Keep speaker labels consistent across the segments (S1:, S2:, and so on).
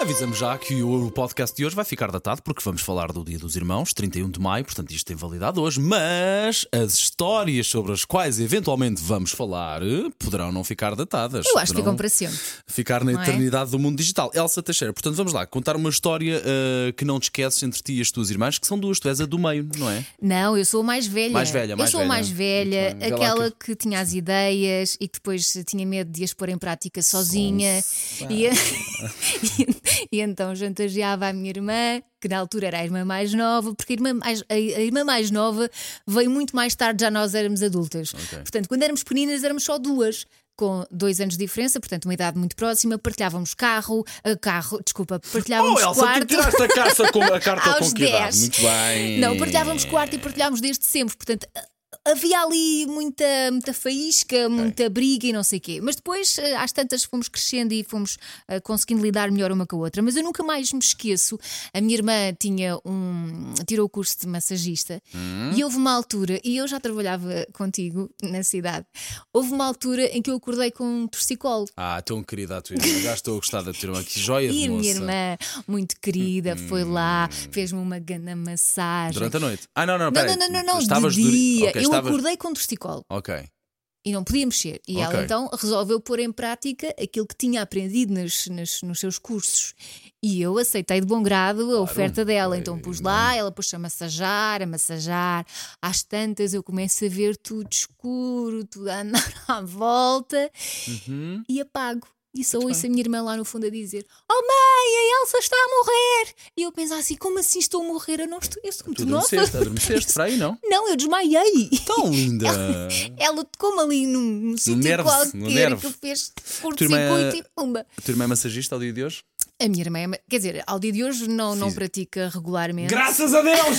S1: Avisamos já que o podcast de hoje vai ficar datado porque vamos falar do Dia dos Irmãos, 31 de maio, portanto isto tem validade hoje, mas as histórias sobre as quais eventualmente vamos falar eh, poderão não ficar datadas.
S2: Eu acho que
S1: poderão
S2: ficam para sempre.
S1: Ficar na
S2: não é?
S1: eternidade do mundo digital. Elsa Teixeira, portanto vamos lá, contar uma história eh, que não te esqueces entre ti e as tuas irmãs, que são duas, tu és a do meio, não é?
S2: Não, eu sou a mais velha.
S1: Mais velha, mais
S2: eu sou a
S1: velha.
S2: mais velha,
S1: Muito bem. Vê lá
S2: aquela que... tinha as ideias e que depois tinha medo de as pôr em prática sozinha.
S1: um
S2: E, e- e então chantageava a minha irmã, que na altura era a irmã mais nova, porque a irmã mais, a- a irmã mais nova veio muito mais tarde, já nós éramos adultas. Portanto, quando éramos pequeninas éramos só duas. Com dois anos de diferença, portanto, uma idade muito próxima, partilhávamos carro, ah, carro, desculpa, partilhávamos
S1: oh Elsa, tu
S2: quarto.
S1: tiraste a carta com, a carta
S2: Aos
S1: com que idade?
S2: 10.
S1: Muito bem.
S2: Não, partilhávamos quarto e partilhávamos desde sempre, portanto. a- Havia ali muita, muita faísca, muita briga e não sei o quê. Mas depois, eh, às tantas, fomos crescendo e fomos eh, conseguindo lidar melhor uma com a outra. Mas eu nunca mais me esqueço. A minha irmã tinha um, tirou o curso de massagista e houve uma altura, e eu já trabalhava contigo na cidade, houve uma altura em que eu acordei com um torcicolo.
S1: Ah, tão querida a tua irmã, já estou a gostar da tua irmã, que joia de
S2: E a
S1: moça.
S2: minha irmã, muito querida, foi lá, fez-me uma grande massagem.
S1: Durante a noite. Ah, não, não,
S2: Não,
S1: peraí.
S2: não, não, não, não,
S1: Estavas
S2: de
S1: duri-
S2: dia.
S1: Ok,
S2: eu
S1: estavas-
S2: acordei com um testicolo
S1: Ok.
S2: e não podia mexer. E
S1: Ok.
S2: ela então resolveu pôr em prática aquilo que tinha aprendido nas, nas- nos seus cursos. E eu aceitei de bom grado a oferta dela. Então pus
S1: é?
S2: lá, ela pôs-se a massajar, a massajar. Às tantas eu começo a ver tudo escuro, tudo a andar à volta
S1: Hum?
S2: e apago. E só ouço a minha irmã lá no fundo a dizer: Oh mãe, a Elsa está a morrer! E eu penso assim: como assim estou a morrer? Eu não estou, eu sou
S1: Tu
S2: muito nova.
S1: adormeceste, adormeceste por aí, não?
S2: Não, eu desmaiei.
S1: Tão linda!
S2: Ela tocou-me ali num, num sítio
S1: nerve,
S2: qualquer
S1: no nerve.
S2: que fez
S1: Tua irmã-
S2: curto-circuito e pumba.
S1: A tua irmã é massagista ao dia de hoje?
S2: A minha irmã, é ma- quer dizer, ao dia de hoje não, não
S1: Fiz-
S2: pratica regularmente.
S1: Graças a Deus!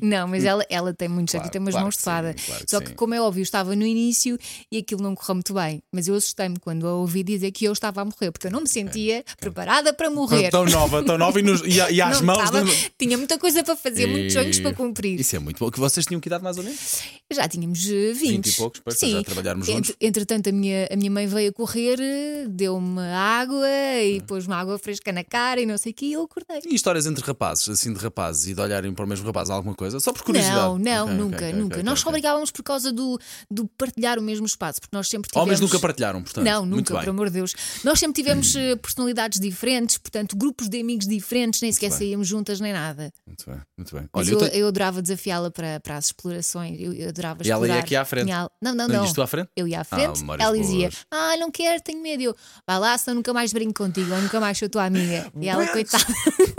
S2: não, mas ela, ela tem muito jeito
S1: Claro,
S2: e tem umas
S1: claro
S2: mãos de
S1: que
S2: fada.
S1: sim, claro que
S2: Só que,
S1: sim.
S2: como é óbvio, eu estava no início e aquilo não correu muito bem. Mas eu assustei-me quando a ouvi dizer que eu estava a morrer, porque eu não me sentia preparada para morrer.
S1: tão nova, tão nova e, nos- e, a- e às
S2: Não
S1: mãos.
S2: estava-
S1: da-
S2: Tinha muita coisa para fazer, muitos sonhos para cumprir.
S1: Isso é muito bom. Que vocês tinham que idade mais ou menos?
S2: Já tínhamos eh, 20.
S1: 20 e poucos, pois, já trabalharmos juntos.
S2: Entre- entretanto, a minha, a minha mãe veio a correr, eh, deu-me água e
S1: Ah.
S2: pôs-me água fresca na cara e não sei o que, e eu acordei.
S1: E histórias entre rapazes, assim de rapazes e de olharem para o mesmo rapaz, alguma coisa? Só por curiosidade.
S2: Não, não,
S1: Ok, ok,
S2: nunca,
S1: ok,
S2: nunca.
S1: ok,
S2: nós só
S1: ok.
S2: brigávamos por causa do, do partilhar o mesmo espaço, porque nós sempre tivemos.
S1: Homens nunca partilharam, portanto.
S2: Não,
S1: Muito
S2: nunca,
S1: bem.
S2: por amor de Deus. Nós sempre tivemos eh, personalidades diferentes, portanto, grupos de amigos diferentes, nem sequer
S1: bem.
S2: saíamos juntas nem nada.
S1: Muito bem, muito bem.
S2: Mas
S1: Olha,
S2: eu,
S1: eu tenho.
S2: eu adorava desafiá-la para, para as explorações. Eu, eu adorava
S1: E ela ia
S2: explorar.
S1: aqui à frente?
S2: Tinha al- Não, não,
S1: Não,
S2: não.
S1: ias tu à frente?
S2: Eu ia à
S1: Ah,
S2: frente,
S1: memórias
S2: ela dizia:
S1: boas.
S2: Ah, não quero, tenho medo. Eu, vai lá, senão nunca mais brinco contigo, ou nunca mais sou tua amiga. E ela, coitada.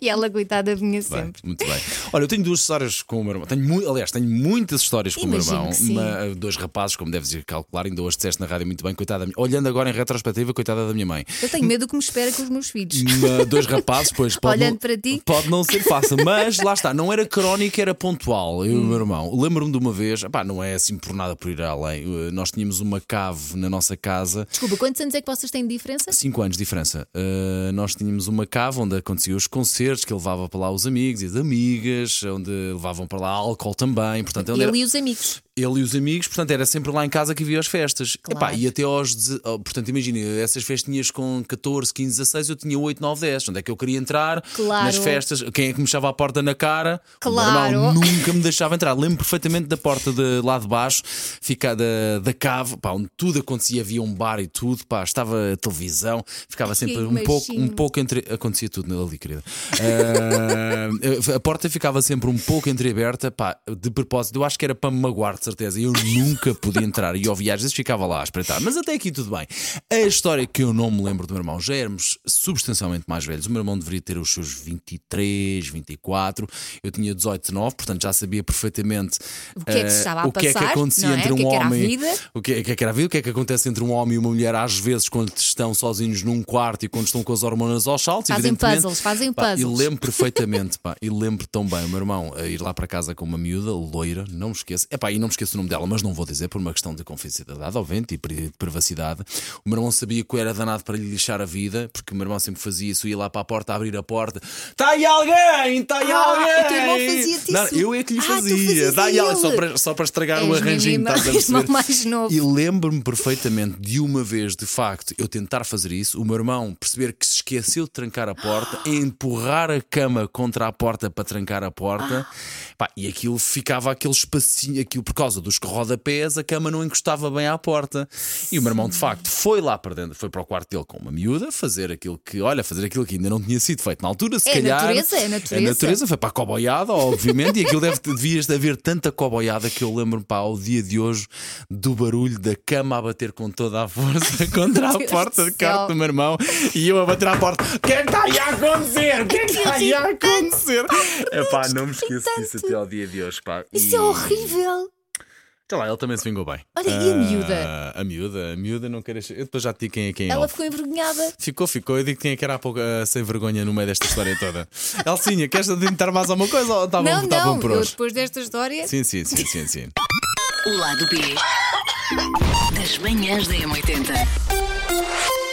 S2: e ela, coitada, vinha
S1: Bem,
S2: sempre.
S1: muito bem. Olha, eu tenho duas histórias com o meu irmão. Tenho, mu- aliás, tenho muitas histórias com o
S2: Imagino
S1: meu irmão.
S2: que sim.
S1: Uma- eh, dois rapazes, como deves ir calcular, ainda hoje disseste na rádio muito bem, coitada. da minha- Olhando agora em retrospectiva, coitada da minha mãe.
S2: Eu tenho medo do que me espera com os meus filhos.
S1: Uma- dois rapazes, pois pode,
S2: Olhando
S1: não,
S2: para ti.
S1: pode não ser fácil, mas lá está, não era crónica, era pontual. Eu e o
S2: Hum.
S1: meu irmão, lembro-me de uma vez, epá, não é assim por nada por ir além. eh, Nós tínhamos uma cave na nossa casa
S2: Desculpa, quantos anos é que vocês têm de diferença?
S1: Cinco anos de diferença. Uh, nós tínhamos uma cava onde aconteciam os concertos, que levava para lá os amigos e as amigas, onde levavam para lá álcool também. Portanto, onde
S2: Ele
S1: era-
S2: e os amigos.
S1: ele e os amigos, portanto, era sempre lá em casa que havia as festas.
S2: Claro.
S1: Epá, e até aos. deze- oh, Portanto, imagina, essas festinhas com 14, 15, 16, eu tinha 8, 9, 10. Onde é que eu queria entrar?
S2: Claro.
S1: Nas festas, quem é que me chava a porta na cara?
S2: Claro.
S1: O meu irmão nunca me deixava entrar. Lembro perfeitamente da porta de lá de baixo, fica da, da cave, pá, onde tudo acontecia, havia um bar e tudo, pá, estava a televisão, ficava sempre um
S2: imagino.
S1: pouco, um pouco entre. Acontecia tudo ali, querida. Ah, a porta ficava sempre um pouco entreaberta, pá, de propósito. Eu acho que era para me magoar, de certeza. Eu nunca podia entrar e ao viagem ficava lá a espreitar. Mas até aqui tudo bem. A história que eu não me lembro do meu irmão, já éramos substancialmente mais velhos. O meu irmão deveria ter os seus 23, 24. Eu tinha 18, 19, portanto já sabia perfeitamente
S2: O que é que se
S1: ah,
S2: estava a
S1: o que é que
S2: passar,
S1: acontecia
S2: não é?
S1: entre
S2: O que é
S1: um
S2: que era a
S1: homem.
S2: vida?
S1: O que é que é que era a vida? O que é que acontece entre um homem e uma mulher às vezes quando estão sozinhos num quarto e quando estão com as hormonas aos saltos?
S2: Fazem
S1: evidentemente.
S2: puzzles, fazem
S1: Pá, E
S2: puzzles.
S1: lembro perfeitamente, pá, e lembro tão bem o meu irmão a ir lá para casa com uma miúda loira, não me esqueço. Epá, e não me esqueço o nome dela, mas não vou dizer por uma questão de confidencialidade, obviamente, e pri- de privacidade. O meu irmão sabia que eu era danado para lhe lixar a vida, porque o meu irmão sempre fazia isso, ia lá para a porta, abrir a porta, está aí alguém, está aí
S2: Ah,
S1: alguém.
S2: o teu irmão fazia-te
S1: Não,
S2: isso?
S1: eu é que lhe
S2: Ah, tu
S1: fazia,
S2: fazias
S1: "Tá aí
S2: a
S1: alguém",
S2: ele.
S1: só para, só para estragar o
S2: És meu
S1: arranjinho,
S2: irmão-
S1: estás a
S2: irmão
S1: perceber?
S2: mais novo.
S1: E lembro-me perfeitamente de uma vez, de facto, eu tentar fazer isso, o meu irmão perceber que se esqueceu de trancar a porta, empurrar a cama contra a porta para trancar a porta,
S2: Ah.
S1: Pá, e aquilo ficava aquele espacinho, aquilo por causa dos rodapés, a cama não encostava bem à porta. E o meu irmão, de facto, foi lá para dentro, foi para o quarto dele com uma miúda, fazer aquilo que, olha, fazer aquilo que ainda não tinha sido feito na altura, se
S2: É
S1: calhar.
S2: natureza, é natureza.
S1: É natureza, foi para a coboiada, obviamente, e aquilo deve, devias de haver tanta coboiada que eu lembro-me, pá, ao dia de hoje, do barulho da cama a bater com toda a força contra a
S2: Deus
S1: porta
S2: do
S1: de carro
S2: céu.
S1: do meu irmão e eu a bater à porta. O que é que está aí a acontecer? O que é que está aí a acontecer? É pá, não me esqueço disso até ao dia de hoje, pá.
S2: Isso é
S1: E-
S2: horrível.
S1: Sei lá, ele também se vingou bem.
S2: Olha, e a
S1: Ah,
S2: miúda?
S1: a miúda, a miúda, não queres. Eu depois já te digo quem é quem é.
S2: Ela ficou envergonhada.
S1: Ficou, ficou. Eu digo que tinha que era há pouco ah, sem vergonha no meio desta história toda. Elcinha, queres tentar mais alguma coisa ou está bom,
S2: não,
S1: tá bom
S2: não,
S1: por
S2: eu
S1: hoje?
S2: depois desta história.
S1: Sim, sim, sim, sim, sim.
S3: O lado B das manhãs da M80.